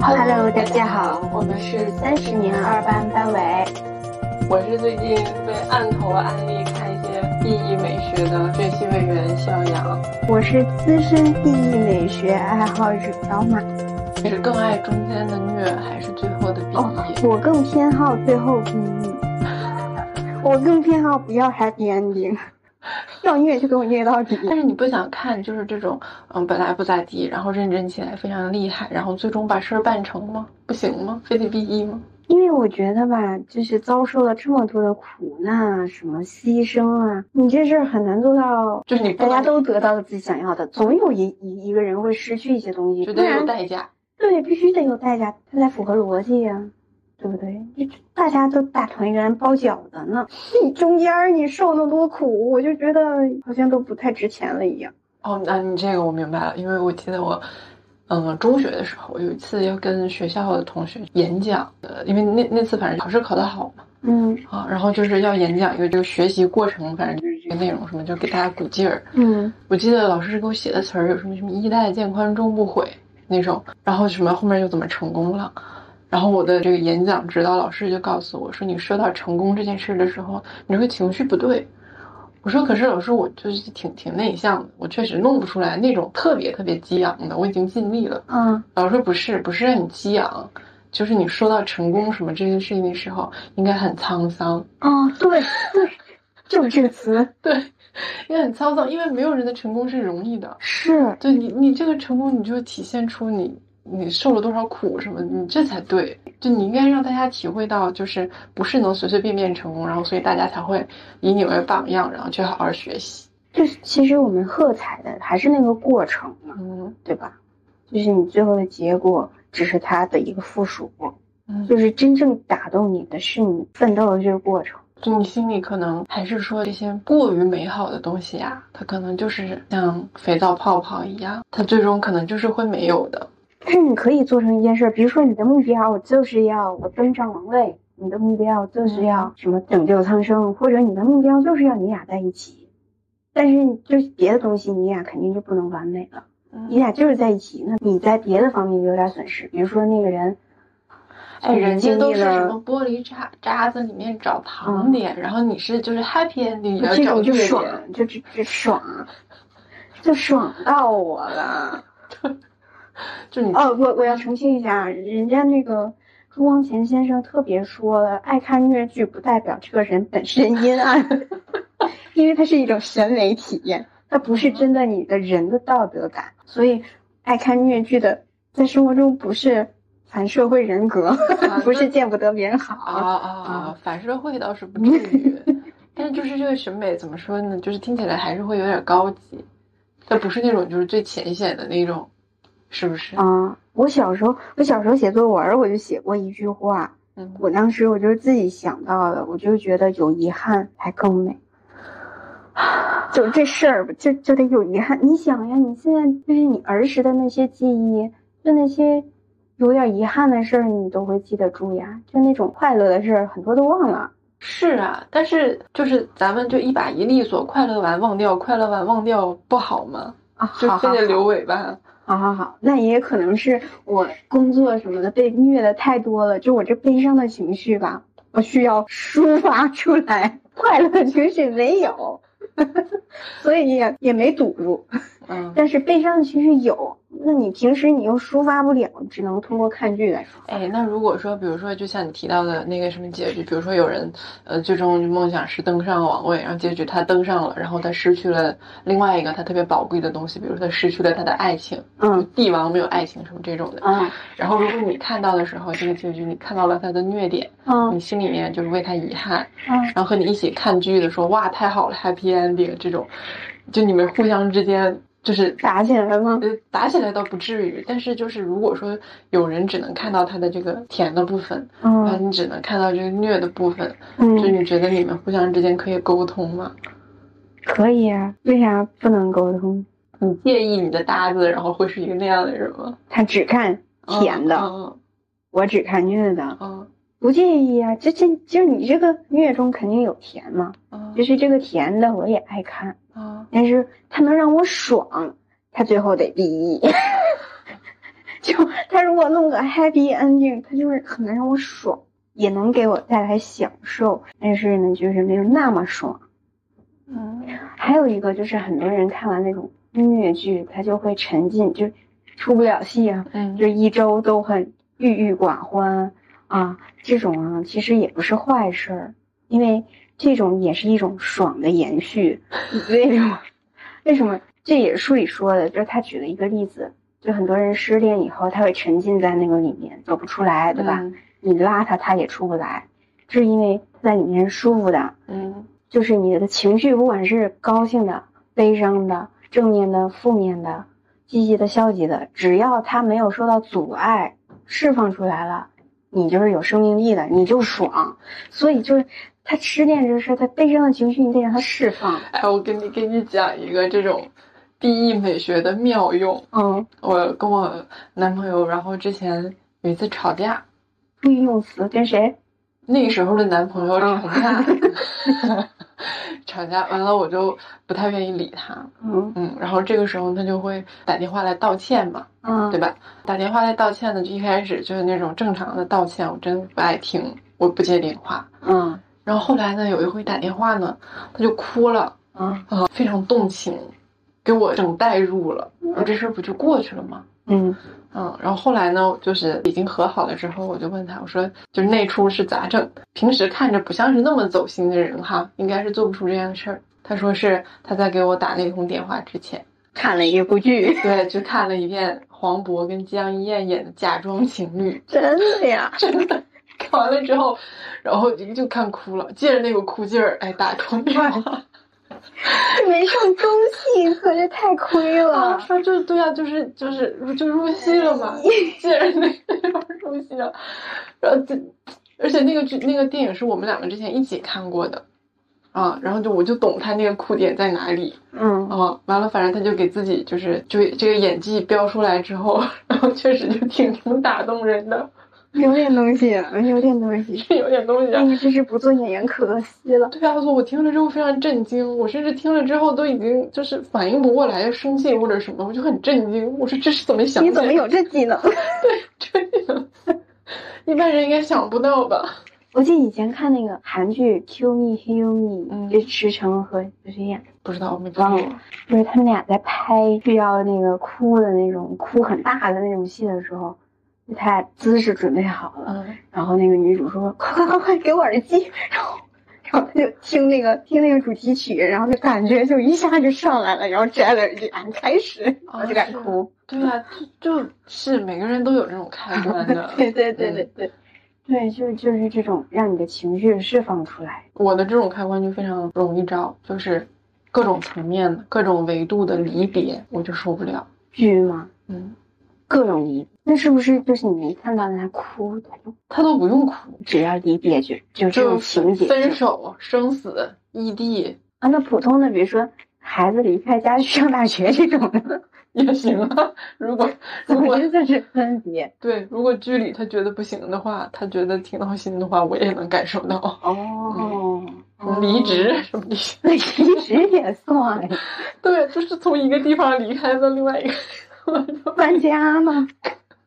Hello，大家好，我们是三十年二班班委。我是最近被案头安利看一些意义美学的学习委员肖阳，我是资深地艺美学爱好者小马，你是更爱中间的虐还是最后的鄙夷？哦我更偏好最后 BE，我更偏好不要 happy ending，要虐就给我虐到底。但是你不想看就是这种嗯本来不咋地，然后认真起来非常厉害，然后最终把事儿办成吗？不行吗？非得 BE 吗？因为我觉得吧，就是遭受了这么多的苦难啊，什么牺牲啊，你这事儿很难做到就是你不大能家都得到了自己想要的，总有一一一个人会失去一些东西，就不得有然代价。对必须得有代价，它才符合逻辑呀、对不对？你大家都大团圆包饺子呢，你中间儿你受那么多苦，我就觉得好像都不太值钱了一样。哦，那你这个我明白了，因为我记得我，嗯，中学的时候有一次要跟学校的同学演讲，呃，因为那那次反正考试考得好嘛，嗯啊，然后就是要演讲一个这个学习过程，反正就是这个内容什么，就给大家鼓劲儿。嗯，我记得老师是给我写的词儿有什么什么“衣带渐宽终不悔”那种，然后什么后面又怎么成功了，然后我的这个演讲指导老师就告诉我说，你说到成功这件事的时候，你这个情绪不对。我说，可是老师，我就是挺挺内向的，我确实弄不出来那种特别特别激昂的，我已经尽力了。啊，老师说不是，不是让你激昂，就是你说到成功什么这件事情的时候，应该很沧桑。哦，对对，就是这个词，对，也很沧桑，因为没有人的成功是容易的。是对你，你这个成功，你就体现出你你受了多少苦什么，你这才对。就你应该让大家体会到，就是不是能随随便便成功，然后所以大家才会以你为榜样，然后去好好学习。就是其实我们喝彩的还是那个过程嘛，嗯对吧？就是你最后的结果只是它的一个附属，嗯，就是真正打动你的是你奋斗的这个过程。就你心里可能还是说这些过于美好的东西呀、它可能就是像肥皂泡泡一样，它最终可能就是会没有的。但是你 可以做成一件事儿，比如说你的目标，我就是要我登上王位；你的目标就是要什么拯救苍生，或者你的目标就是要你俩在一起。但是就是别的东西，你俩肯定就不能完美了。嗯你俩就是在一起，那你在别的方面有点损失，比如说那个人哎，人家都是经历了嗯什么玻璃渣渣子里面找糖点，然后你是就是 happy ending 也要这找种就虐爽点。，就就就爽，就爽到我了。就你哦，我我要澄清一下，啊人家那个朱光潜先生特别说了，爱看越剧不代表这个人本身阴暗， 因为它是一种审美体验，它不是针对你的人的道德感，所以爱看越剧的在生活中不是反社会人格， 不是见不得别人啊好。啊啊！反社会倒是不至于， 但是就是这个审美怎么说呢？就是听起来还是会有点高级，但不是那种就是最浅显的那种，是不是？啊，我小时候，我小时候写作文儿，我就写过一句话，嗯，我当时我就是自己想到的，我就觉得有遗憾还更美。就这事儿吧，就就得有遗憾。你想呀，你现在就是你儿时的那些记忆，就那些有点遗憾的事儿，你都会记得住呀。就那种快乐的事儿，很多都忘了。是啊，但是就是咱们就一把一利索，快乐完忘掉，快乐完忘掉不好吗？啊，就好好非得好留尾巴。好好好，那也可能是我工作什么的被虐的太多了，就我这悲伤的情绪吧，我需要抒发出来， 快乐的情绪没有， 所以也也没堵住。嗯，但是悲伤的情绪有，那你平时你又抒发不了，只能通过看剧来抒发。哎，那如果说，比如说，就像你提到的那个什么结局，比如说有人，呃，最终梦想是登上王位，然后结局他登上了，然后他失去了另外一个他特别宝贵的东西，比如说他失去了他的爱情，嗯帝王没有爱情什么这种的。啊然后如果你看到的时候，这个结局你看到了他的虐点，嗯你心里面就是为他遗憾，嗯，然后和你一起看剧的时候，哇，太好了，happy ending 这种，就你们互相之间就是打起来吗？呃，打起来倒不至于，但是就是如果说有人只能看到他的这个甜的部分，然后嗯你只能看到这个虐的部分，就嗯，你觉得你们互相之间可以沟通吗？可以啊，为啥不能沟通？你介意你的搭子，然后会是一个那样的人吗？他只看甜的，嗯我只看虐的。嗯不介意啊，这这就你这个虐中肯定有甜嘛，嗯就是这个甜的我也爱看，嗯但是它能让我爽，它最后得第一， 就他如果弄个 happy ending，他就是很能让我爽，也能给我带来享受，但是呢，就是没有那么爽。嗯，还有一个就是很多人看完那种虐剧，他就会沉浸，就出不了戏啊，嗯就一周都很郁郁寡欢啊。这种啊，其实也不是坏事儿，因为这种也是一种爽的延续。 为什么？为什么？这也是书里说的，就是他举了一个例子，就很多人失恋以后，他会沉浸在那个里面走不出来，嗯对吧？？你拉他，他也出不来，这是因为他在里面是舒服的。嗯就是你的情绪，不管是高兴的、悲伤的、正面的、负面的、积极的、消极的，只要它没有受到阻碍，释放出来了，你就是有生命力的，你就爽。所以就是他失恋这事儿，他悲伤的情绪，你得让他释放。哎，我跟你给你讲一个这种第一美学的妙用。嗯，我跟我男朋友，然后之前有一次吵架，注意用词，跟谁？那个时候的男朋友嗯吵架， 吵架完了我就不太愿意理他，嗯嗯，然后这个时候他就会打电话来道歉嘛，嗯，对吧？打电话来道歉呢，就一开始就是那种正常的道歉，我真不爱听，我不接电话。嗯然后后来呢，有一回打电话呢，他就哭了嗯啊，非常动情，给我整带入了，我这事儿不就过去了吗？嗯嗯，然后后来呢，就是已经和好了之后，我就问他，我说就是那出是咋整？平时看着不像是那么走心的人哈，应该是做不出这样的事儿。他说是他在给我打那通电话之前， 看了一部剧，对，就看了一遍黄渤跟江一燕演的《假装情侣 真的呀？》，真的。看完了之后，然后就就看哭了，借着那个哭劲儿，哎，打通电话。没上中戏，可是太亏啊，了。说这对啊，就是就是就入戏了嘛，既然那个地方入戏了，然后这，而且那个剧那个电影是我们两个之前一起看过的，啊，然后就我就懂他那个哭点在哪里 嗯啊，完了反正他就给自己就是就这个演技飙出来之后， 然后确实就挺挺打动人的，有点东西，有点东西。是 有点东西啊哎。呀，真是不做演员可惜了。对啊，我我听了之后非常震惊，我甚至听了之后都已经就是反应不过来，生气或者什么，我就很震惊。我说这是怎么想起你来的？怎么有这技能？ 真的，一般人应该想不到吧？我记得以前看那个韩剧《Q Me Heal Me 嗯》，就池诚和谁演的，不知道，我没看忘过。了。就是他们俩在拍遇到那个哭的那种哭很大的那种戏的时候，就他俩姿势准备好了，嗯，然后那个女主说：“快快快快，给我耳机！”然后。然后他就听那个听那个主题曲，然后就感觉就一下就上来了，然后摘了耳机，俺开始，然后就敢哭。 对啊，就就是每个人都有这种开关 的。对对对对对，对，就就是这种让你的情绪释放出来。我的这种开关就非常容易招，就是各种层面的、各种维度的离别，我就受不了。剧嘛，嗯，各种离，那是不是就是你一看到他哭，他就他都不用哭，只要离别就就这种就情节分就手、生死、异地啊？那普通的，比如说孩子离开家去上大学这种的， 也行啊。如果如我果觉得这是分别对，如果剧里他觉得不行的话，他觉得挺闹心的话，我也能感受 到。哦。离职什么的。 那离职也算对，就是从一个地方离开到另外一个，搬家吗？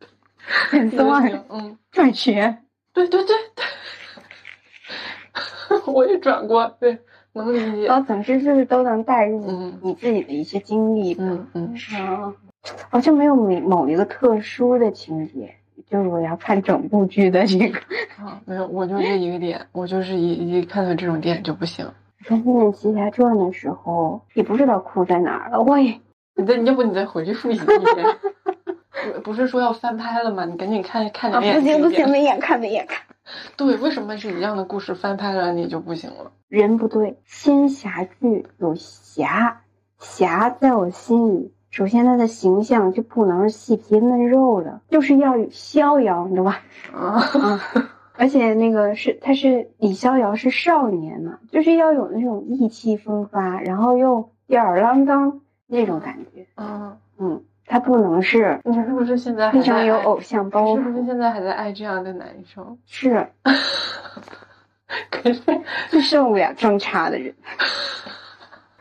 也算嗯，转学，对对对 对，我也转过，对，能理然解。后总之就是都能带入嗯你自己的一些经历吧。嗯嗯，啊，好像没有某某一个特殊的情节，就是我要看整部剧的这个。啊，没有，我就这一个点，我就是一一看到这种点就不行。看《仙剑奇侠传》的时候，也不知道哭在哪儿了。我也你再，要不你再回去复习一遍。 不不是说要翻拍了吗？你赶紧看看啊，两眼、不行不行，。没眼看没眼看，对，为什么是一样的故事翻拍了你就不行了？人不对。仙侠剧有侠，侠在我心里，首先他的形象就不能是细皮嫩肉的，就是要有逍遥，你懂吧？啊，啊， 而且那个是他是李逍遥是少年嘛，就是要有那种意气风发，然后又吊儿郎当那种感觉。 嗯，嗯，他不能是你是不是现在还非在常有爱偶像包你是不是袱，现在还在爱这样的男生？是可是就受不了装叉的人。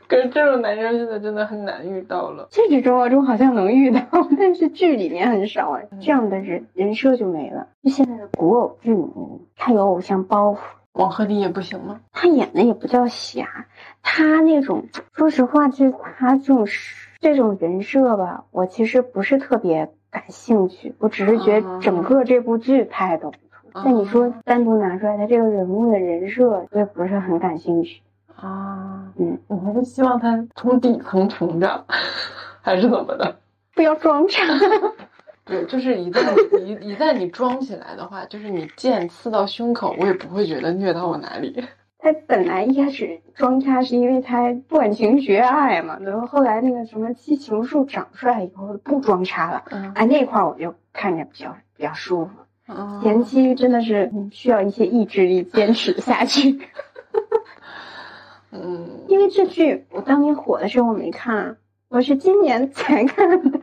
可是这种男生现在真的很难遇到了。现实生活中好像能遇到， 但是剧里面很少哎，这样的人人设就没了。就现在的古偶剧里面，他有偶像包袱，王鹤棣也不行吗？他演的也不叫侠，他那种说实话，就是他这种这种人设吧，我其实不是特别感兴趣，我只是觉得整个这部剧拍的不错。但你说单独拿出来他这个人物的人设，我也不是很感兴趣。啊，嗯，你还是希望他从底层成长，还是怎么的？不要装傻。对，就是一旦一一旦你装起来的话，就是你剑刺到胸口，我也不会觉得虐到我哪 里。 他本来一开始装叉是因为他不管情学爱嘛，然后后来那个什么七情术长出来以后不装叉了，嗯，哎那块儿我就看着比较比较舒服。啊前期真的是嗯需要一些意志力坚持下去， 嗯，因为这剧我当年火的时候我没看，啊我是今年才看的，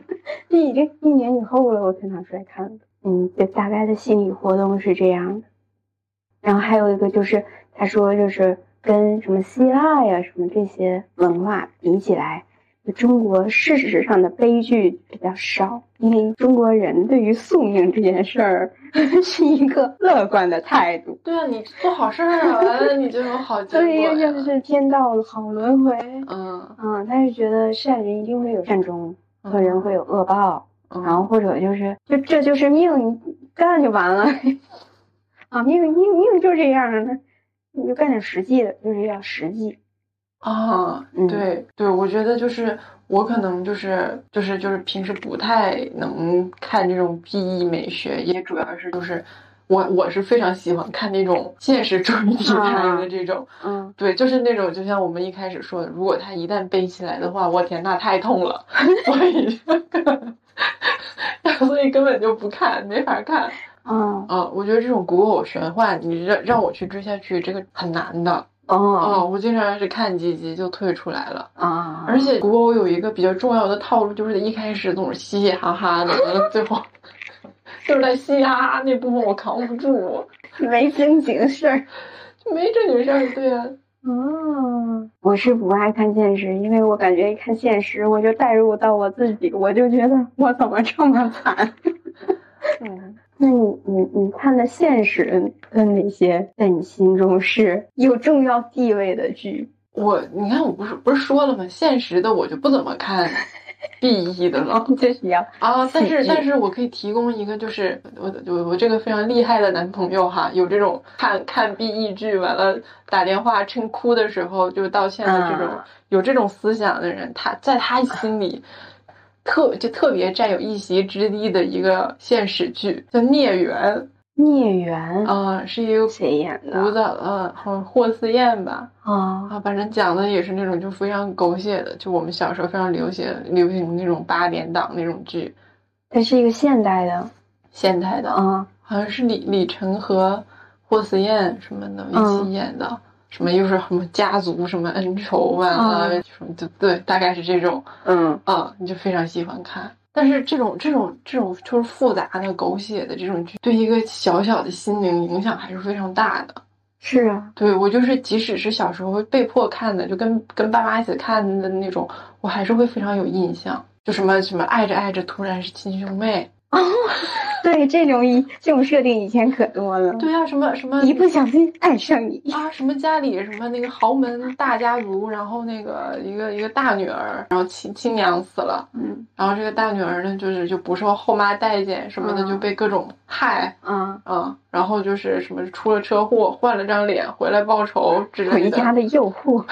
这已经一年以后了，我才拿出来看的。嗯，就大概的心理活动是这样的，然后还有一个就是他说就是跟什么希腊呀、什么这些文化比起来，就中国事实上的悲剧比较少，因为中国人对于宿命这件事儿 是一个乐观的态度。对啊，你做好事 儿啊，完了你就有好结果所以呀。又是天道好轮回，嗯，嗯，他是觉得善人一定会有善终，恶人会有恶报，嗯，然后或者就是就这就是命，你干就完了， 啊，命命命就这样了，那你就干点实际的，就是要实际，啊，嗯对对，我觉得就是我可能就是就是就是平时不太能看这种 PE 美学，也主要是就是我我是非常喜欢看那种现实主义题材的这种，嗯，对，就是那种就像我们一开始说的，如果他一旦背起来的话，我天，那太痛了， 所以这个所以根本就不看，没法看。嗯，啊，我觉得这种古偶玄幻，你让让我去追下去，这个很难的。哦哦，我经常是看几集就退出来了。啊，而且古偶有一个比较重要的套路，就是一开始总是嘻嘻哈哈的，完了最后就是在嘻嘻哈哈那部分我扛不住，没正经事儿。就没正经事儿。对啊，哦，我是不爱看现实，因为我感觉一看现实，我就带入到我自己，我就觉得我怎么这么惨。嗯， 那你你你看的现实跟哪些在你心中是有重要地位的剧？我你看我不是不是说了吗？现实的我就不怎么看 B E 的了。 就是要啊，但是喜剧但是我可以提供一个，就是我我我这个非常厉害的男朋友哈，有这种看看 BE 剧完了打电话趁哭的时候就道歉的这种、啊有这种思想的人，他在他心里特就特别占有一席之地的一个现实剧叫《孽缘孽缘》，啊、是一个谁演古的早的好像霍思燕吧啊？啊，反正讲的也是那种就非常狗血的，就我们小时候非常流行流行那种八点档那种剧，它是一个现代的现代的。啊，好像是李李晨和霍思燕什么的一起演的，什么又是什么家族什么恩仇啊，嗯什么就对，大概是这种嗯啊，你就非常喜欢看。但是这种这种这种就是复杂的狗血的这种剧，对一个小小的心灵影响还是非常大的。是啊，对我就是，即使是小时候被迫看的，就跟跟爸妈一起看的那种，我还是会非常有印象。就什么什么爱着爱着，突然是亲兄妹。对这种以这种设定以前可多了，对呀、啊什么什么一不小心爱上你，啊，什么家里什么那个豪门大家族，然后那个一个一个大女儿，然后亲亲娘死了，嗯然后这个大女儿呢，就是就不受后妈待见什么的，嗯就被各种害啊，啊，然后就是什么出了车祸，换了张脸回来报仇之类回的，家的诱惑，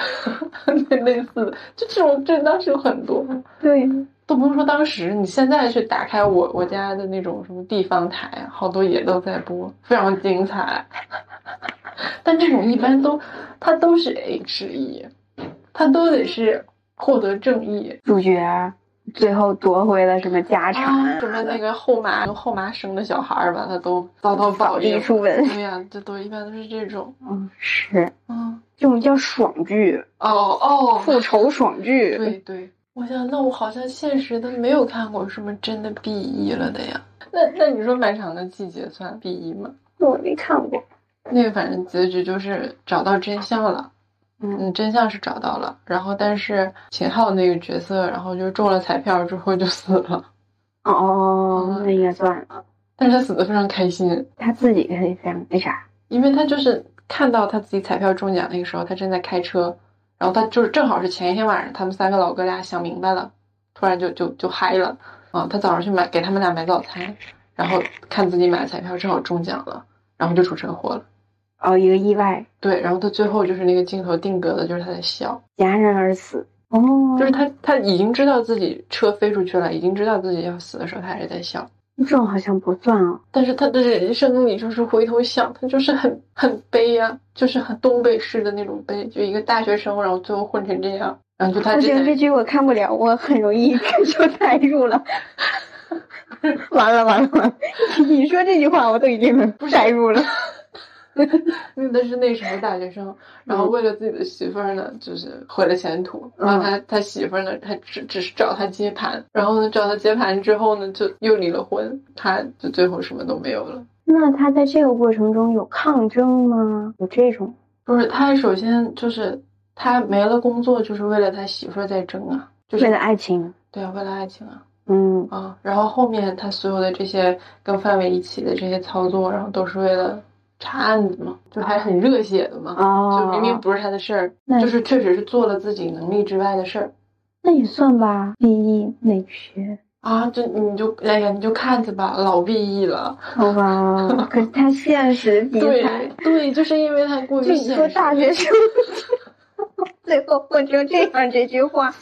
类似的，就这种这当时有很多。对，都不用说当时，你现在去打开我我家的那种什么地方台，好多也都在播，非常精彩。 但这种一般都，它都是 H E，它都得是获得正义主角啊最后夺回了什么家产，啊啊什么那个后妈后妈生的小孩儿吧，他都遭到扫报地应。出门，对呀、这都一般都是这种。啊嗯，是嗯，这种叫爽剧。哦哦，复仇爽剧，对对，我想，那我好像现实的没有看过什么真的 B E 了的呀。那那你说《漫长的季节》算 B E 吗？哦我没看过。那个反正结局就是找到真相了，嗯嗯，真相是找到了，然后但是秦昊那个角色，然后就中了彩票之后就死了，哦，那也算了，但是他死的非常开心，他自己可以非常那啥，因为他就是看到他自己彩票中奖那个时候，他正在开车，然后他就是正好是前一天晚上，他们三个老哥俩想明白了，突然就就就嗨了啊！他早上去买给他们俩买早餐，然后看自己买的彩票正好中奖了，然后就出车祸了。哦，一个意外对，然后他最后就是那个镜头定格的就是他在笑，戛然而死。哦，就是他他已经知道自己车飞出去了，已经知道自己要死的时候，他还是在笑。这种好像不算哦。但是他的人生里就是回头想，他就是很很悲呀、就是很东北式的那种悲，就一个大学生，然后最后混成这样，然后就他我之觉得这前剧我看不了，我很容易 就代入了。 完了完了完了！你说这句话我都已经代入了。因为他是那时候大学生，然后为了自己的媳妇儿呢，就是毁了前途，嗯然后他他媳妇儿呢，他只只是找他接盘，然后呢找他接盘之后呢，就又离了婚，他就最后什么都没有了。那他在这个过程中有抗争吗？有这种？不是他首先就是他没了工作，就是为了他媳妇儿在争啊，就是为了爱情？对啊，为了爱情啊。嗯，啊，然后后面他所有的这些跟范伟一起的这些操作，然后都是为了查案子嘛，就还很热血的嘛，哦，就明明不是他的事儿，那就是确实是做了自己能力之外的事儿那也算吧，第一美学，啊，就你就哎呀，你就看去吧，老 BE 了，好吧？可是他现实题材对，对，就是因为他过于就你现说实大学生 最后混成这样这句话，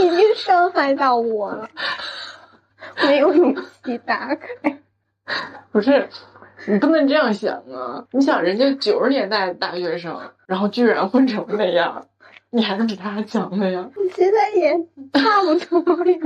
已经伤害到我了，没有勇气打开。不是。你不能这样想啊！你想人家九十年代的大学生，然后居然混成那样，你还是比他强的呀！我觉得也 差不多呀，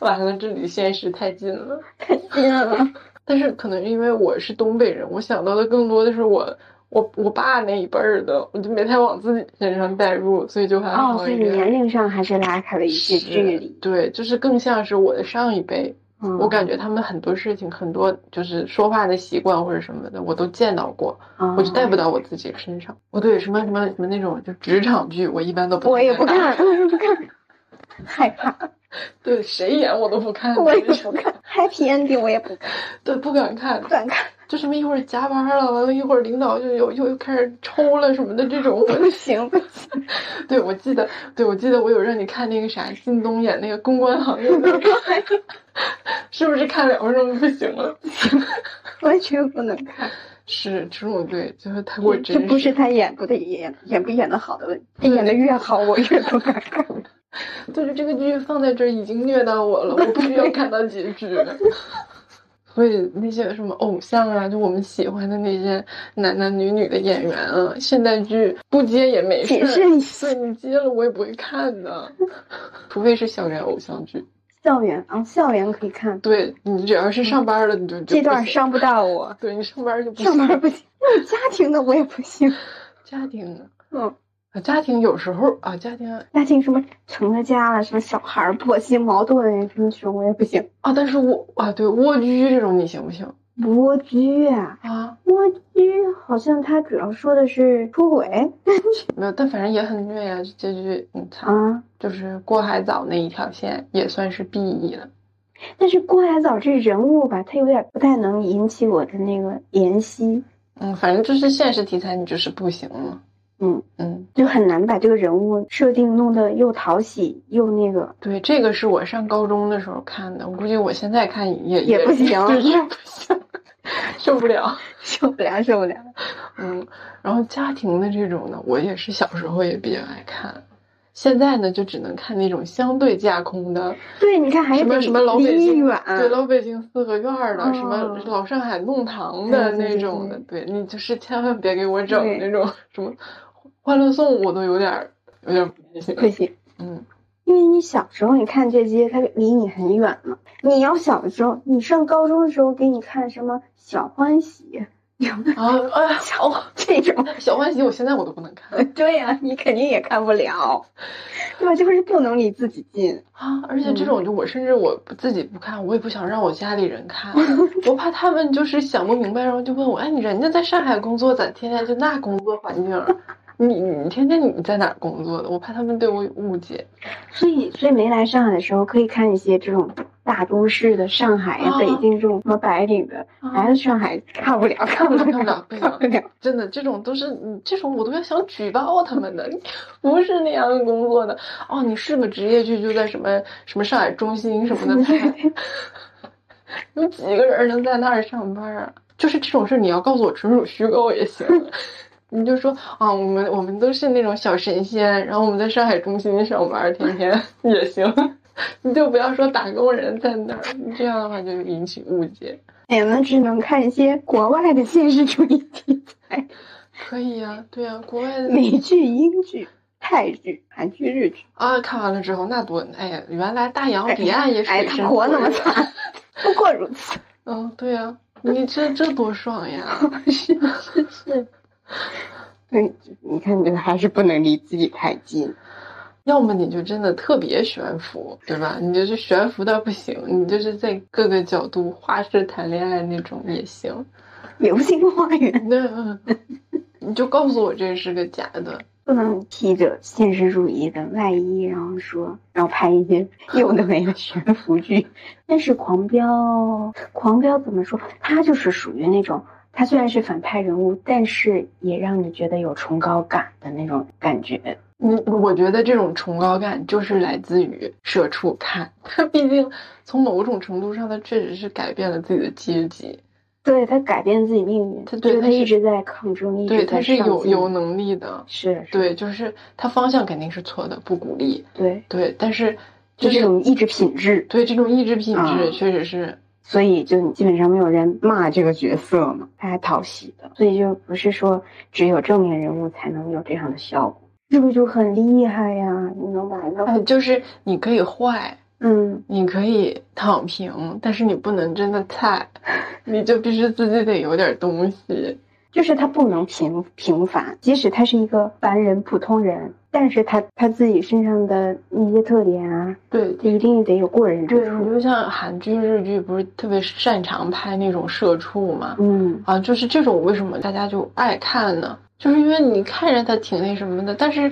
完了，这离现实太近了。太近了。但是可能因为我是东北人，我想到的更多的是我我我爸那一辈儿的，我就没太往自己身上代入，所以就还哦，好所一以你点。年龄上还是拉开了一些是距离。对，就是更像是我的上一辈，嗯，我感觉他们很多事情，很多就是说话的习惯或者什么的，我都见到过，嗯我就带不到。到我自己身上。我对什么什么什么那种就职场剧，我一般都不我也不太看， 看，我也不看，害怕，对谁演我都不看， 我也不看，Happy Ending 我也不看，对不敢看不，敢看。就什么一会儿加班了，完了一会儿领导就有又又开始抽了什么的这种，我 不行，不行，对，我记得，对我记得，我有让你看那个啥，靳东演那个公关行业的， 是不是看两分钟不行了？ 完全不能看。是这种对，就是太过真这实。不是嗯他演不得演演不演的好的问题，他演的越好，我越不敢 看。就是这个剧放在这儿已经虐到我了，我必须 要看到结局。 所以那些什么偶像啊，就我们喜欢的那些男男女女的演员啊，现代剧不接也没事解儿， 释一下对你接了我也不会看的，除非是校园偶像剧。校园啊，校园可以看，对你只要是上班了，你就就这不段行伤不到我。对你上班就不上行班不行，那家庭的我也不行。家庭呢嗯，啊，家庭有时候啊，家庭家庭什么成了家了，什么小孩儿婆媳矛盾什么什么我也不行。啊，但是我啊，对蜗居这种你行不行蜗居啊，啊？蜗居好像他主要说的是出轨没有，但反正也很虐呀、这结局很惨，啊，就是郭海藻那一条线也算是 B E 了。但是郭海藻这人物吧，他有点不太能引起我的那个怜惜，嗯，反正就是现实题材你就是不行嘛。嗯嗯，就很难把这个人物设定弄得又讨喜又那个。对，这个是我上高中的时候看的，我估计我现在看也也不行对也不行， 受不了。受不了，受不了！嗯，然后家庭的这种呢，我也是小时候也比较爱看，现在呢就只能看那种相对架空的，哎对，你看还什么得什么老北离京，远，对老北京四合院儿的，什么哦老上海弄堂对的对那对种的，对你就是千万别给我整对那种什么欢乐颂，我都有点儿有点儿不行，不行。嗯，因为你小时候你看这些，它离你很远嘛。你要小的时候，你上高中的时候给你看什么《小欢喜》啊哎呀哦，这种，小欢喜，我现在我都不能看 对呀、你肯定也看不了，对吧？就是不能离自己近。啊，而且这嗯种就我甚至我不自己不看，我也不想让我家里人 看，我怕他 们就是想不明白，然后就问我，哎，你人家在上海工作，咋天天就那工作环境儿？你你天天你在哪儿工作的？我怕他们对我有误解。所以，所以没来上海的时候，可以看一些这种大都市的上海呀、啊北京这种什么白领的，来了上海看不 了，啊看不了，看不了对呀看不了。真的，这种都是你这种我都要想举报他们的，不是那样工作的。哦，你是个职业剧就在什么什么上海中心什么的 拍，有几个人能在那儿上班啊？就是这种事，你要告诉我纯属虚构也行。 你就说啊，我们我们都是那种小神仙，然后我们在上海中心上班，天天也行。 你就不要说打工人在那儿，你这样的话就引起误解。哎，那只能看一些国外的现实主义题材，可以呀、对呀、国外的美剧、英剧、泰剧、韩剧、日剧。啊，看完了之后那多哎呀，原来大洋彼岸也是哎，水他深活火那么热。惨，不过如此。 嗯，对呀、你这这多爽呀！是是是。对，你看，你还是不能离自己太近。要么你就真的特别悬浮，对吧？你就是悬浮到不行，你就是在各个角度花式谈恋爱那种也行。流星花园那你就告诉我这是个假的，不能披着现实主义的外衣，然后说，然后拍一 些有的没的悬浮剧。但是狂飙，狂飙怎么说？它就是属于那种，它虽然是反派人物，但是也让你觉得有崇高感的那种感觉。你我觉得这种崇高感就是来自于社畜看，他毕竟从某种程度上，他确实是改变了自己的阶级。对他改变自己命运，它对就是它他是一直在抗争，一对，直他在是上有进有能力的，是，是对，就是他方向肯定是错的，不鼓励，对，对，但是就就这是种意志品质，对这种意志品啊质确实是，所以就基本上没有人骂这个角色嘛，他还讨喜的，所以就不是说只有正面人物才能有这样的效果，这个就很厉害呀！你能把一个哎，就是你可以坏，嗯，你可以躺平，但是你不能真的菜，你就必须自己得有点东西。就是他不能平平凡，即使他是一个凡人、普通人，但是他他自己身上的一些特点啊，对就一定得有过人对，之你处。就像韩剧、日剧，不是特别擅长拍那种社畜嘛，嗯，啊，就是这种为什么大家就爱看呢？就是因为你看着他挺那什么的，但是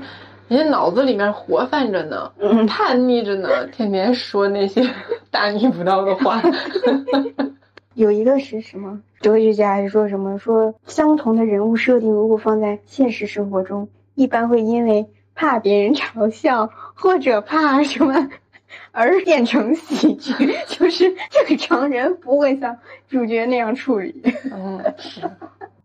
人家脑子里面活泛着呢，嗯叛逆着 呢，天天说那些 大逆不道的话。有一个是什么哲学家还说什么说相同的人物设定，如果放在现实生活中，一般会因为怕别人嘲笑或者怕什么 而变成喜剧， 就是正常人不会像主角那样处理。嗯，是。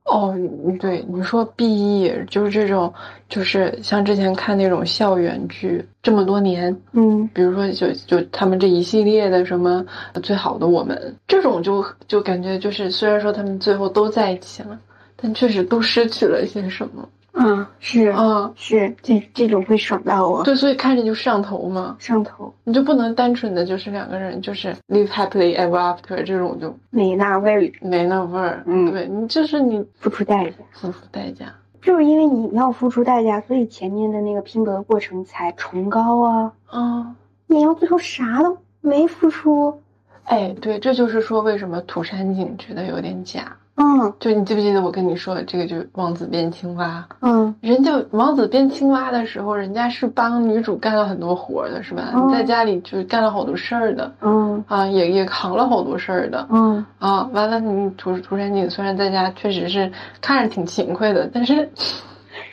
哦，你对，你说 BE 就是这种，就是像之前看那种校园剧，这么多年嗯，比如说就就他们这一系列的什么呃最好的我们这种就就感觉就是虽然说他们最后都在一起了，但确实都失去了一些什么啊，是啊。是，这这种会爽到我对，所以看着就上头嘛，上头。你就不能单纯的就是两个人就是 live happily ever after 这种就没那味，没那味儿。嗯对你就是你付出代价，付出代价。就是因为你要付出代价，所以前面的那个拼搏的过程才崇高啊。啊。你要最后啥都没付出。哎，对，这就是说为什么土山井觉得有点假。嗯就你记不记得我跟你说的这个就是王子变青蛙？嗯，人家王子变青蛙的时候，人家是帮女主干了很多活儿的，是吧？哦你在家里就是干了好多事儿的嗯啊，也也扛了好多事儿的嗯，啊。完了，你涂涂山璟虽然在家确实是看着挺勤快的，但是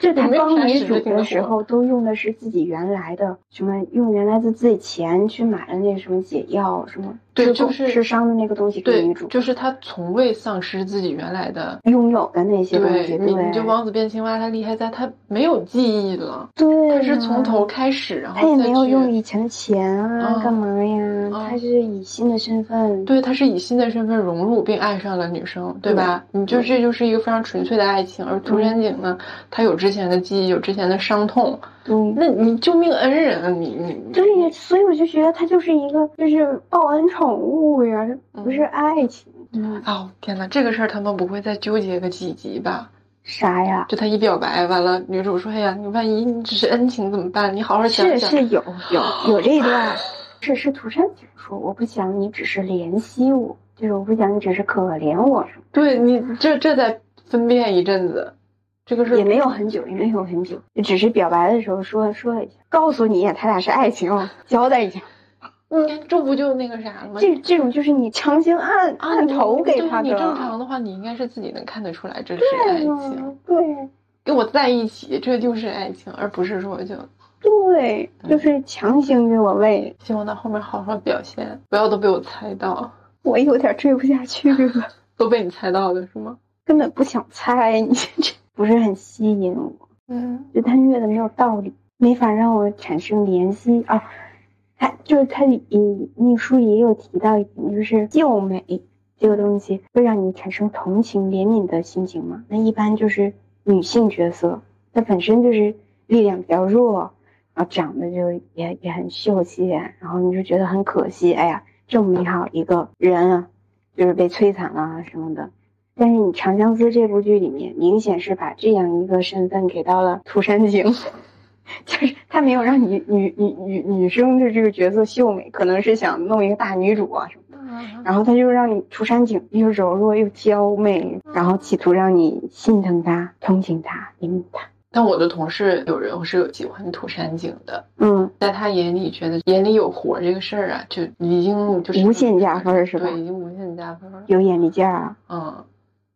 这也他没有啥帮女实主质性的的时活候都用的是自己原来的什么，用原来的自己钱去买了那什么解药什么，对治就过是治伤的那个东西给对女，主就是他从未丧失自己原来的。拥有的那些东西，对对你，你就王子变青蛙，他厉害在他没有记忆了，对他呀，是从头开始，然他也后再没有用去。以前的钱啊，嗯干嘛呀？他是以新的身份，对，他是以新的身份融入并爱上了女生，对吧？你就对嗯这就是一个非常纯粹的爱情，而涂山璟呢，他有之前的记忆，有之前的伤痛，对那你救命恩人，啊你你对呀，所以我就觉得他就是一个就是报恩宠物呀，这不是爱情，嗯，哦天哪，这个事儿他们不会再纠结个几集吧？啥呀？就他一表白完了，女主说：“哎呀，你万一你只是恩情怎么办？你好好想是想。”是有有有这一段，是是涂山璟说，我不想你只是怜惜我，就是我不想你只是可怜我什么。对你这这再分辨一阵子，这个是也没有很久，也没有很久，只是表白的时候说说了一下，告诉你他俩是爱情，啊交代一下。嗯，这不就那个啥了吗？这这种就是你强行按啊按头给他你的，对你正常的话，你应该是自己能看得出来这是爱对啊情，呀，对跟我在一起，这就是爱情，而不是说就对，就是强行给我喂，希望他后面好好表现，不要都被我猜到，我有点追不下去 了，都被你猜到的是吗？根本不想猜，你这不是很吸引我。嗯，就他虐的没有道理，没法让我产生联系啊。他就是他也那书里也有提到一点，就是救美这个东西会让你产生同情、怜悯的心情嘛。那一般就是女性角色，她本身就是力量比较弱，然后长得就也也很秀气，啊然后你就觉得很可惜，哎呀，这么美好一个人啊，就是被摧残了啊什么的。但是你《长相思》这部剧里面，明显是把这样一个身份给到了涂山璟， 就是他没有让女女女女女生的这个角色秀美，可能是想弄一个大女主啊什么的，然后他就让你涂山璟又柔弱又娇媚，然后企图让你心疼他、同情他、怜悯他。但我的同事有人是喜欢涂山璟的，嗯，在他眼里觉得眼里有活这个事儿啊，就已经就是无限加分是吧对，已经无限加分了。有眼力见儿啊。嗯，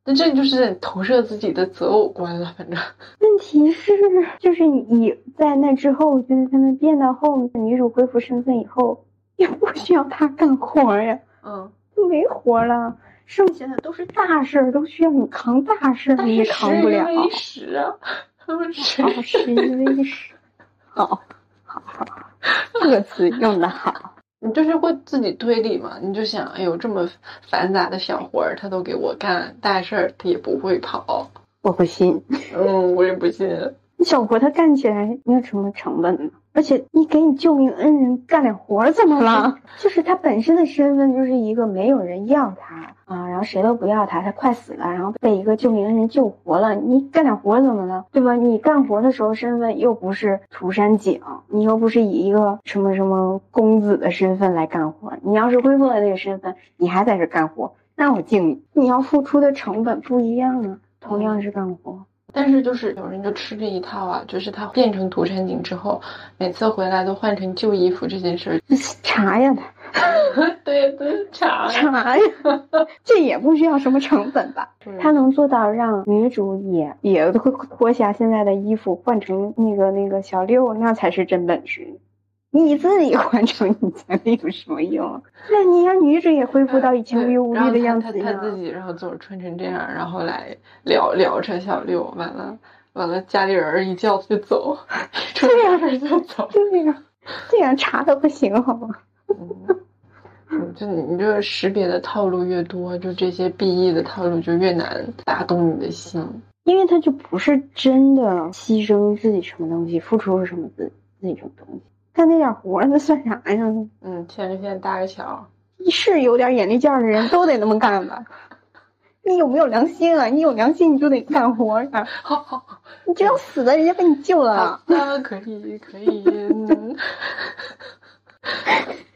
那这就是投射自己的择偶观了，反正问题是，就是你在那之后，就是他们变到后，女主恢复身份以后，也不需要他干活呀。嗯。就没活了，剩下的都是大事儿，都需要你扛大事儿，但你是也扛不了。一时啊，他们 是哦，十一为十，好，好，好，这个词用的好。你就是会自己推理嘛，你就想，哎呦，这么繁杂的小活儿他都给我干，大事儿他也不会跑，我不信，嗯，我也不信。小活他干起来没有什么成本呢。而且你给你救命恩人干点活儿怎么了？就是他本身的身份就是一个没有人要他啊，然后谁都不要他，他快死了，然后被一个救命恩人救活了。你干点活儿怎么了？对吧？你干活的时候身份又不是涂山璟，你又不是以一个什么什么公子的身份来干活。你要是恢复了这个身份，你还在这干活，那我敬你。你要付出的成本不一样啊，同样是干活。但是就是有人就吃这一套啊，就是他变成涂山璟之后，每次回来都换成旧衣服这件事儿。 查呀他。对对，查啥呀？ 这也不需要什么成本吧？他能做到让女主也 也会脱下现在的衣服，换成那个那个小六，那才是真本事。你自己换成你家那有什么用啊？那你让女主也恢复到以前无忧无虑的样子然后他他他自呀？己，然后总是穿成这样，然后来聊聊着小六，完了完了，家里人一叫就走，出门就走。对呀、这样查的不行好吗？嗯嗯就你这个识别的套路越多，就这些 BE 的套路就越难打动你的心。因为他就不是真的牺牲自己什么东西，付出什么自自己什么东西，干那点活儿那算啥呀？嗯，牵着线搭个桥， 是有点眼力劲儿的人都得那么干吧？你有没有良心啊？你有良心你就得干活儿啊！好好好，你这要死的，人家被你救了。他们啊可以可以，嗯，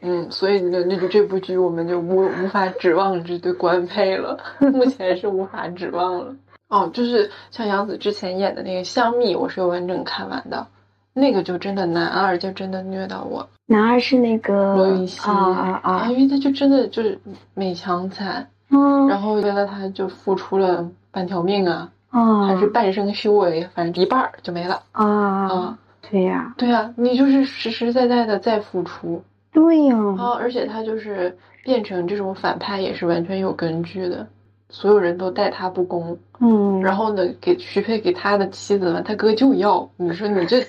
嗯，所以那那就这部剧我们就无无法指望这对官配了，目前是无法指望了。哦，就是像杨紫之前演的那个《香蜜》，我是有完整看完的，那个就真的男二就真的虐到我了男二是那个罗云熙啊啊啊！因为他就真的就是美强惨，嗯然后为了他就付出了半条命啊，啊还是半生修为，反正一半儿就没了啊啊！对呀，对啊，你就是实实在在的在付出，对呀，然后而且他就是变成这种反派也是完全有根据的，所有人都待他不公，嗯，然后呢给许配给他的妻子嘛，他哥就要，你说你这，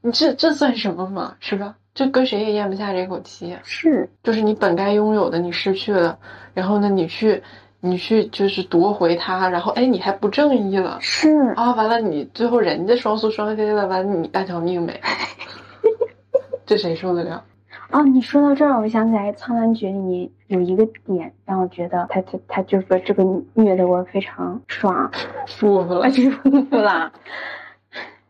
你这这算什么嘛，是吧？这搁谁也咽不下这口气呀、是就是你本该拥有的你失去了，然后呢你去你去就是夺回他，然后哎你还不正义了。是，啊，完了，你最后人家双宿双飞了，完了你半条命 没，这谁受得了？哦，你说到这儿，我想起来《苍兰诀》里面有一个点让我觉得他他他就说这个虐的我非常爽，哎舒服了啊，，舒服啦。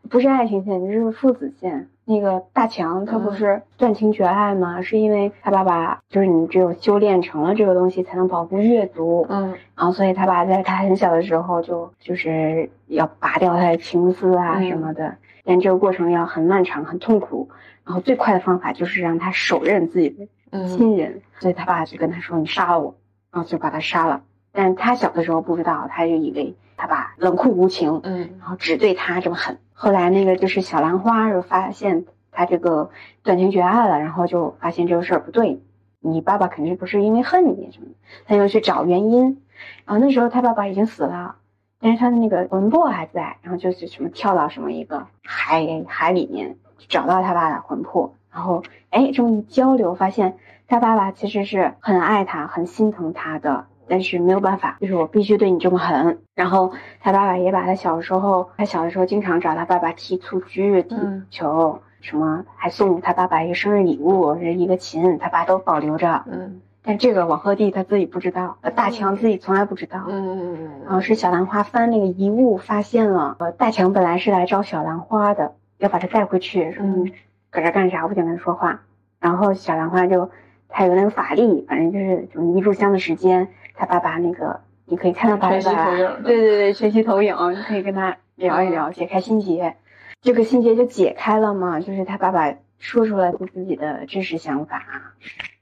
不是爱情线，就是父子线。那个大强他嗯不是断情绝爱吗？是因为他爸爸就是你只有修炼成了这个东西，才能保护越族。嗯然后所以他爸在他很小的时候就就是要拔掉他的情丝啊嗯什么的，但这个过程要很漫长、很痛苦。然后最快的方法就是让他手刃自己的嗯亲人，所以他爸就跟他说：“你杀了我。”然后就把他杀了。但他小的时候不知道，他就以为他爸冷酷无情，嗯然后只对他这么狠。后来那个就是小兰花就发现他这个断情绝爱了，然后就发现这个事儿不对，你爸爸肯定不是因为恨你什么的，他就去找原因。然后那时候他爸爸已经死了，但是他的那个魂魄还在，然后就去什么跳到什么一个海海里面找到他爸的魂魄，然后哎这么一交流，发现他爸爸其实是很爱他、很心疼他的，但是没有办法，就是我必须对你这么狠。然后他爸爸也把他小时候，他小的时候经常找他爸爸踢蹴鞠、踢嗯球，什么还送他爸爸一个生日礼物，是一个琴，他爸都保留着。嗯但这个王鹤棣他自己不知道，呃大强自己从来不知道。嗯然后呃是小兰花翻那个遗物，发现了，呃，大强本来是来招小兰花的，要把她带回去，说嗯你搁这儿干啥？不想跟她说话。然后小兰花就，她有那个法力，反正就是什么一炷香的时间，她爸爸那个，你可以看到爸全息爸投影的嗯对对对，学习投影，你可以跟他聊一聊，解开心结。这个心结就解开了嘛，就是他爸爸说出来自己的真实想法，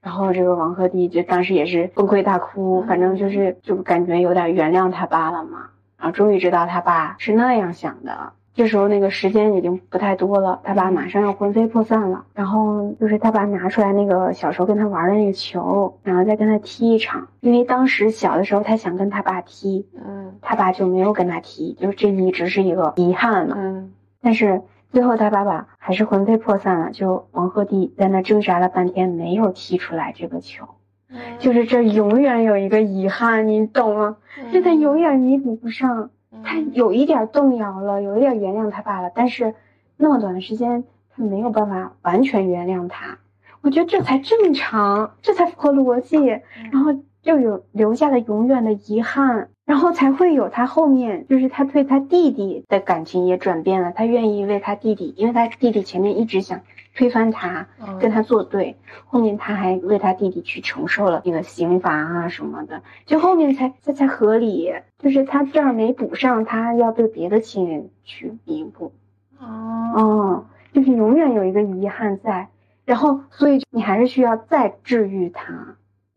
然后这个王鹤棣就当时也是崩溃大哭，嗯反正就是就感觉有点原谅他爸了嘛，然后终于知道他爸是那样想的。这时候那个时间已经不太多了，他爸马上要魂飞魄散了。然后就是他爸拿出来那个小时候跟他玩的那个球，然后再跟他踢一场，因为当时小的时候他想跟他爸踢，嗯他爸就没有跟他提，就是这一直是一个遗憾嘛。嗯但是最后他爸爸还是魂飞魄散了，就王鹤棣在那挣扎了半天，没有踢出来这个球，嗯，就是这永远有一个遗憾，你懂吗？就他永远弥补不上，嗯他有一点动摇了，有一点原谅他爸了，但是那么短的时间，他没有办法完全原谅他。我觉得这才正常，这才符合逻辑。嗯然后就有留下了永远的遗憾，然后才会有他后面，就是他对他弟弟的感情也转变了，他愿意为他弟弟，因为他弟弟前面一直想推翻他，嗯跟他作对，后面他还为他弟弟去承受了那个刑罚啊什么的，就后面才这才合理，就是他这儿没补上，他要对别的亲人去弥补，哦哦，就是永远有一个遗憾在，然后所以你还是需要再治愈他。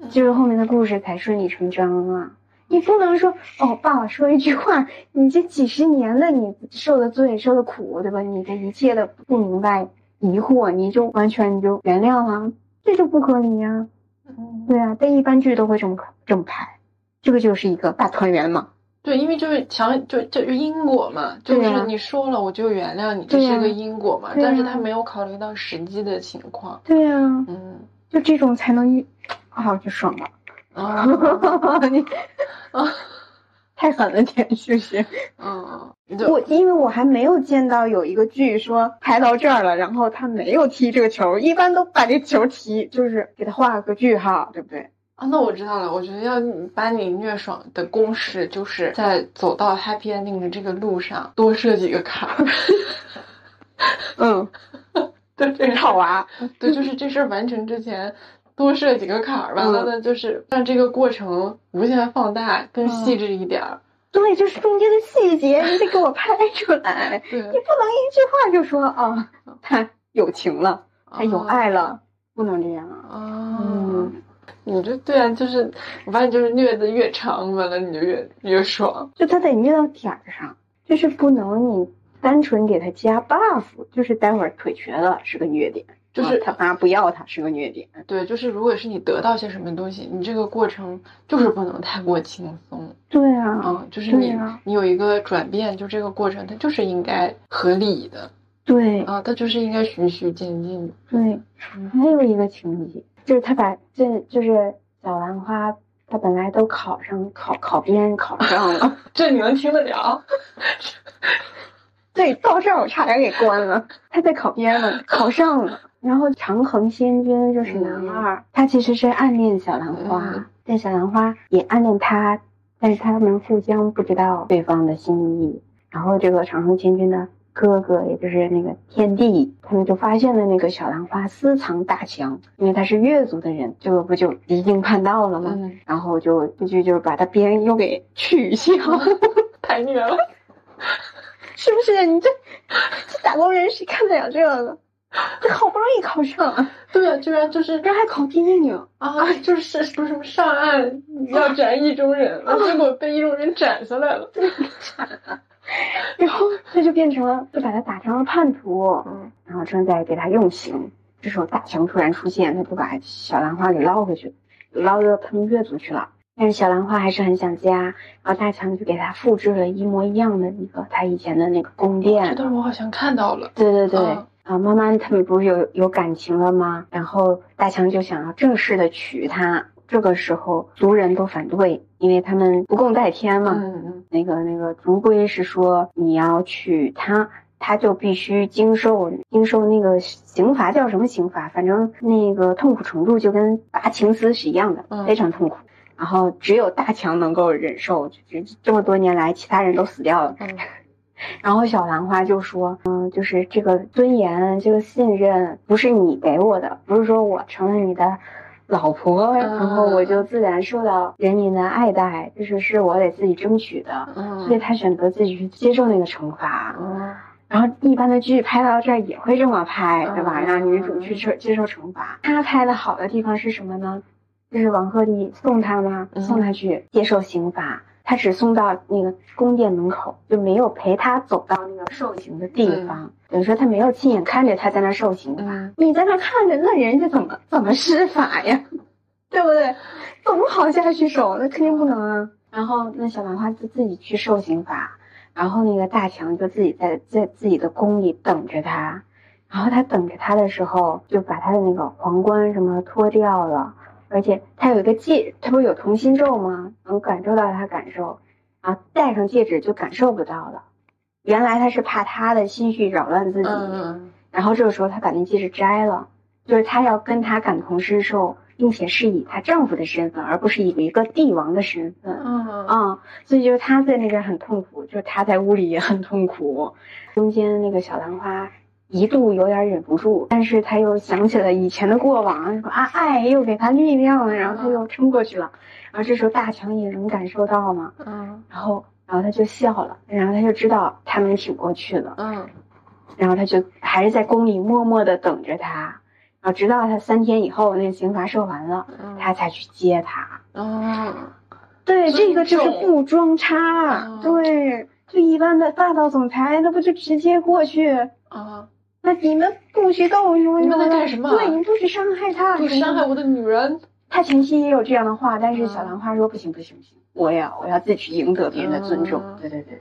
就是后面的故事才顺理成章啊。你不能说哦，爸爸说一句话，你这几十年的你受的罪、受的苦，对吧？你这一切的不明白、疑惑，你就完全你就原谅了，这就不合理呀、嗯对啊，但一般剧都会这么这么拍，这个就是一个大团圆嘛。对，因为就是强，就就是因果嘛，就对呀啊是你说了我就原谅你，这对呀是个因果嘛。对呀啊但是他没有考虑到实际的情况，对啊， 嗯，就这种才能一，啊，我就爽了。啊， 你啊，太狠了点，是不是？嗯，我对，因为我还没有见到有一个剧说拍到这儿了，然后他没有踢这个球，一般都把这球踢，就是给他画个句号，对不对？啊，那我知道了。我觉得要把你虐爽的公式，就是在走到 happy ending 的这个路上多设几个坎儿。 嗯，对，这套娃，对，就是这事儿完成之前多设几个坎儿，完了嗯呢，就是让这个过程无限放大，更嗯细致一点儿。对，就是中间的细节，你得给我拍出嗯来，你不对，能一句话就说啊，太有情了， 太有啊爱嗯了，不能这样啊。哦，你这对啊，就是我发现就是虐的越长，完了你就越越爽。就他得虐到点儿上，就是不能你单纯给他加 buff，就是待会儿腿瘸了是个虐点，就是啊他妈不要他是个虐点，对，就是如果是你得到些什么东西，你这个过程就是不能太过轻松。对啊，嗯，就是你、对啊你有一个转变，就这个过程它就是应该合理的对啊，它就是应该循序渐进的。对，还有一个情节，就是他把这就是小兰花，他本来都考上考考编考上 了，这你能听得了？对，到这儿我差点给关了。他在考编了，考上了。然后长恒仙君就是男二，他其实是暗恋小兰花，嗯但小兰花也暗恋他，但是他们互相不知道对方的心意。然后这个长恒仙君的哥哥，也就是那个天帝，他们就发现了那个小兰花私藏大强，因为他是越族的人，这个不就一镜看到了吗？嗯，然后就就就把他别人又给取消，太虐了。是不是？你这这打工人谁看得了这个？这好不容易考上了，对啊，居然就是这还考第一名，啊，就是不是什么上岸要斩意中人了，结果被意中人斩下来了。然后他就变成了，就把他打成了叛徒，嗯然后正在给他用刑。这时候大强突然出现，他就把小兰花给捞回去，捞到他们越族去了。但是小兰花还是很想家，然后大强就给他复制了一模一样的那个他以前的那个宫这殿。段我好像看到了。对对对，嗯啊，慢慢他们不是有有感情了吗？然后大强就想要正式的娶她。这个时候族人都反对，因为他们不共戴天嘛。嗯嗯，那个那个族规是说你要娶她，她就必须经受经受那个刑罚，叫什么刑罚？反正那个痛苦程度就跟拔情丝是一样的，嗯非常痛苦。然后只有大强能够忍受，就是这么多年来，其他人都死掉了。嗯然后小兰花就说：“嗯，就是这个尊严，这个信任不是你给我的，不是说我成了你的老婆，然后我就自然受到人民的爱戴，这是是我得自己争取的。”嗯，所以他选择自己去接受那个惩罚。嗯然后一般的剧拍到这儿也会这么拍，对吧？嗯让女主去接接受惩罚。他拍的好的地方是什么呢？就是王鹤棣送他吗？嗯送他去接受刑罚，他只送到那个宫殿门口，就没有陪他走到那个受刑的地方。等于说他没有亲眼看着他在那儿受刑罚，嗯你在那儿看着，那人家怎么怎么施法呀？对不对？怎么好下去手？那肯定不能啊。然后那小兰花就自己去受刑罚，然后那个大强就自己在在自己的宫里等着他。然后他等着他的时候，就把他的那个皇冠什么脱掉了，而且他有一个戒，他不是有同心咒吗？能感受到他感受，然后戴上戒指就感受不到了。原来他是怕他的心绪扰乱自己，嗯然后这个时候，她把那戒指摘了，就是她要跟他感同身受，并且是以她丈夫的身份，而不是以一个帝王的身份。嗯嗯，啊、所以就是她在那边很痛苦，就是她在屋里也很痛苦。中间那个小兰花一度有点忍不住，但是她又想起了以前的过往，说啊爱又给她力量了，然后她又撑过去了。然后这时候大强也能感受到嘛，嗯然后然后他就笑了，然后他就知道他能挺过去了。嗯然后他就还是在宫里默默的等着他，然后直到他三天以后那个刑罚受完了，嗯，他才去接他。嗯对，尊这个就是重不装叉嗯。对，就一般的霸道总裁，那不就直接过去？啊，那你们不许动什么你什么们的在干什么对，你们不许伤害他，不啊伤害我的女人。他前期也有这样的话，但是嗯小兰花说不行不行不行，我要我要自己去赢得别人的尊重嗯。对对对，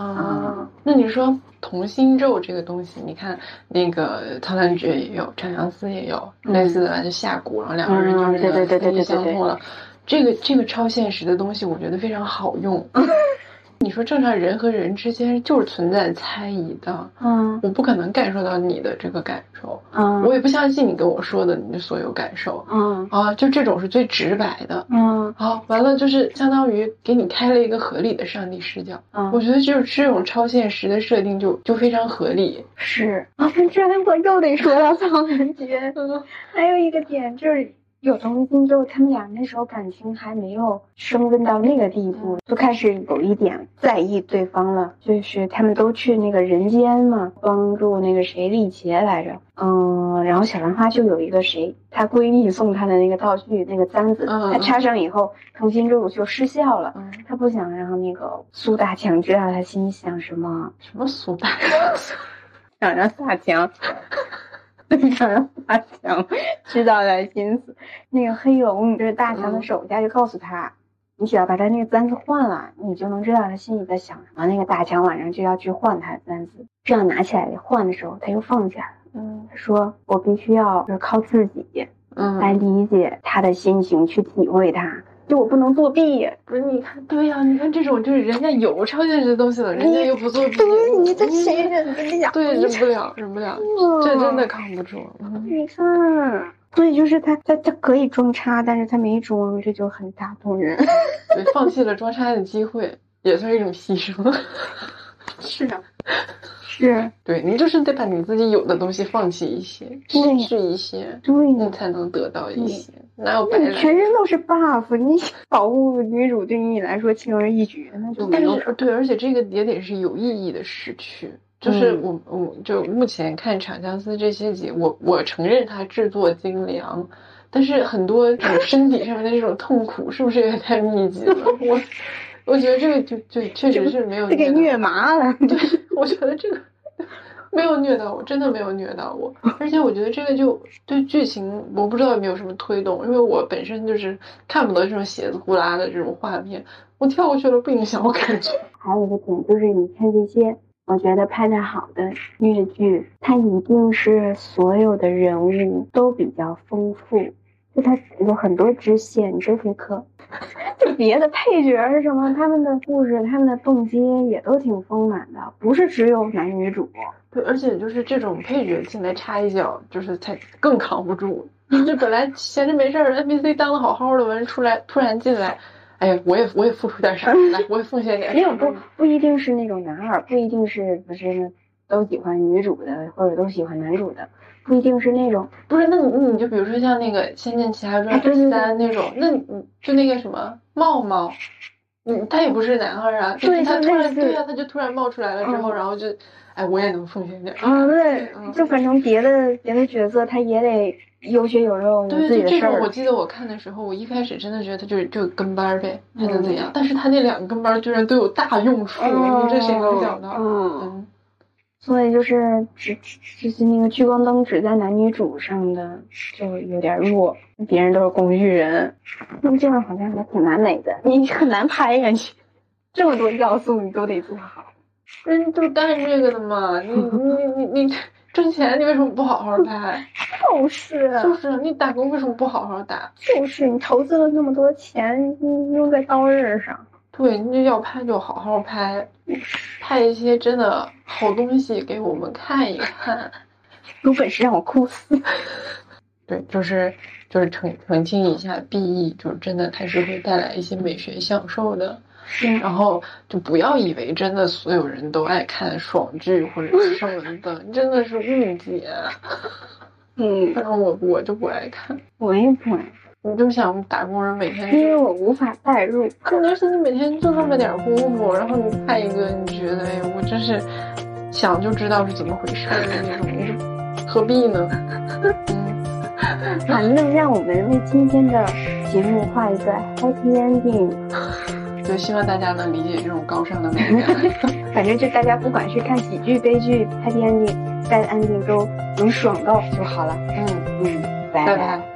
嗯啊，那你说同心咒这个东西，你看那个苍兰诀也有，斩相思也有嗯类似的，就下蛊，然后两个人就是嗯对对对对对对对相通了。这个这个超现实的东西，我觉得非常好 用。你说正常人和人之间就是存在猜疑的，嗯我不可能感受到你的这个感受，嗯我也不相信你跟我说的你的所有感受嗯啊，就这种是最直白的。嗯好，完了就是相当于给你开了一个合理的上帝视角。我嗯，觉得就是这种超现实的设定就就非常合理。是 啊，那这样我又得说到苍兰诀。嗯还有一个点就是，有同性之后，他们俩那时候感情还没有升温到那个地嗯步，就开始有一点在意对方了。就是他们都去那个人间嘛，帮助那个谁历劫来着，嗯，然后小兰花就有一个谁，她闺蜜送她的那个道具，那个簪子，嗯嗯她插上以后，同心咒就失效了。嗯，她不想让那个苏大强知道她心里想什么，什么啊苏大？ 想让大强， 想让大强知道他的心思。那个黑龙就是大强的手下，就告诉他，你只要把他那个簪子换了，你就能知道他心里在想什么。那个大强晚上就要去换他的簪子，这样拿起来换的时候，他又放下了。嗯他说：“我必须要就是靠自己来嗯，理解他的心情，去体会他。就我不能作弊，不是你看，对呀、你看这种就是人家有超现实的东西了，人家又不做弊，嗯 对，你这谁嗯忍得了？对你忍不了，忍不了，这真的扛不住。嗯你看，所以就是他他他可以装叉，但是他没装，这就很打动人。对，放弃了装叉的机会，也算是一种牺牲。啊是的，是 对你就是得把你自己有的东西放弃一些，对失呀去一些，对你呢。才能得到一些。哪有白那你来全？身都是 buff，你保护女主对你来说轻而易举，那就没但有是对，而且这个也得是有意义的失去。就是嗯我，我就目前看《长相思》这些集，我我承认它制作精良，但是很多这种身体上面的这种痛苦，是不是有点太密集了？我我觉得这个就就确实是没有这给到虐麻了。对，我觉得这个没有虐到我，真的没有虐到我。而且我觉得这个就对剧情，我不知道有没有什么推动，因为我本身就是看不得这种血字呼啦的这种画面，我跳过去了不影响我感觉。还有一个点就是，你看这些，我觉得拍的好的日剧，它一定是所有的人物都比较丰富，就它有很多支线，你都挺可。 就别的配角儿什么，他们的故事、他们的动机也都挺丰满的，不是只有男女主。对，而且就是这种配角进来插一脚，就是才更扛不住。就本来闲着没事儿，NPC 当的好好的，完出来突然进来，哎呀，我也我也付出点啥，来，我也奉献点啥。没有不不一定是那种男二，不一定是不是那都喜欢女主的，或者都喜欢男主的，不一定是那种嗯不是，那你那你就比如说像那个《仙剑奇侠传哎对对对三》那种，那你就那个什么茂茂，嗯，他也不是男二啊，对他就突然类似对啊，他就突然冒出来了之后，嗯然后就，哎，我也能奉献点儿，啊，对嗯，就反正别的别的角色他也得有血有肉，有对，自己就的这事种，我儿。记得我看的时候，我一开始真的觉得他就是就跟班儿呗，还能嗯怎样？但是他那两个跟班儿居然都有大用处，你这谁能想到？嗯，嗯，所以就是只只就是那个聚光灯只在男女主上的就有点弱，别人都是工具人，那么这样好像还挺完美的，你很难拍下去。这么多要素你都得做好，人嗯就干这个的嘛， 你你你你挣钱，你为什么不好好拍？就是就是啊你打工为什么不好好打？就是你投资了那么多钱你用在刀刃上，对，你要拍就好好拍，拍一些真的好东西给我们看一看。有本事让我哭死。 对，就是就是澄澄清一下，BE 就是真的它是会带来一些美学享受的，是然后就不要以为真的所有人都爱看爽剧或者是什么的，真的是误解。嗯，反正我我就不爱看，我也不爱，你就想打工人每天因为就。我无法代入。可能是你每天就那么点儿功夫，然后你看一个，你觉得哎呦，我真是想就知道是怎么回事儿的那种，你就何必呢？ 嗯，反正让我们为今天的节目画一个 happy ending。就希望大家能理解这种高尚的美感。反正就大家不管是看喜剧、悲剧、happy ending、bad ending 都能爽到就好了。嗯，嗯，拜拜拜。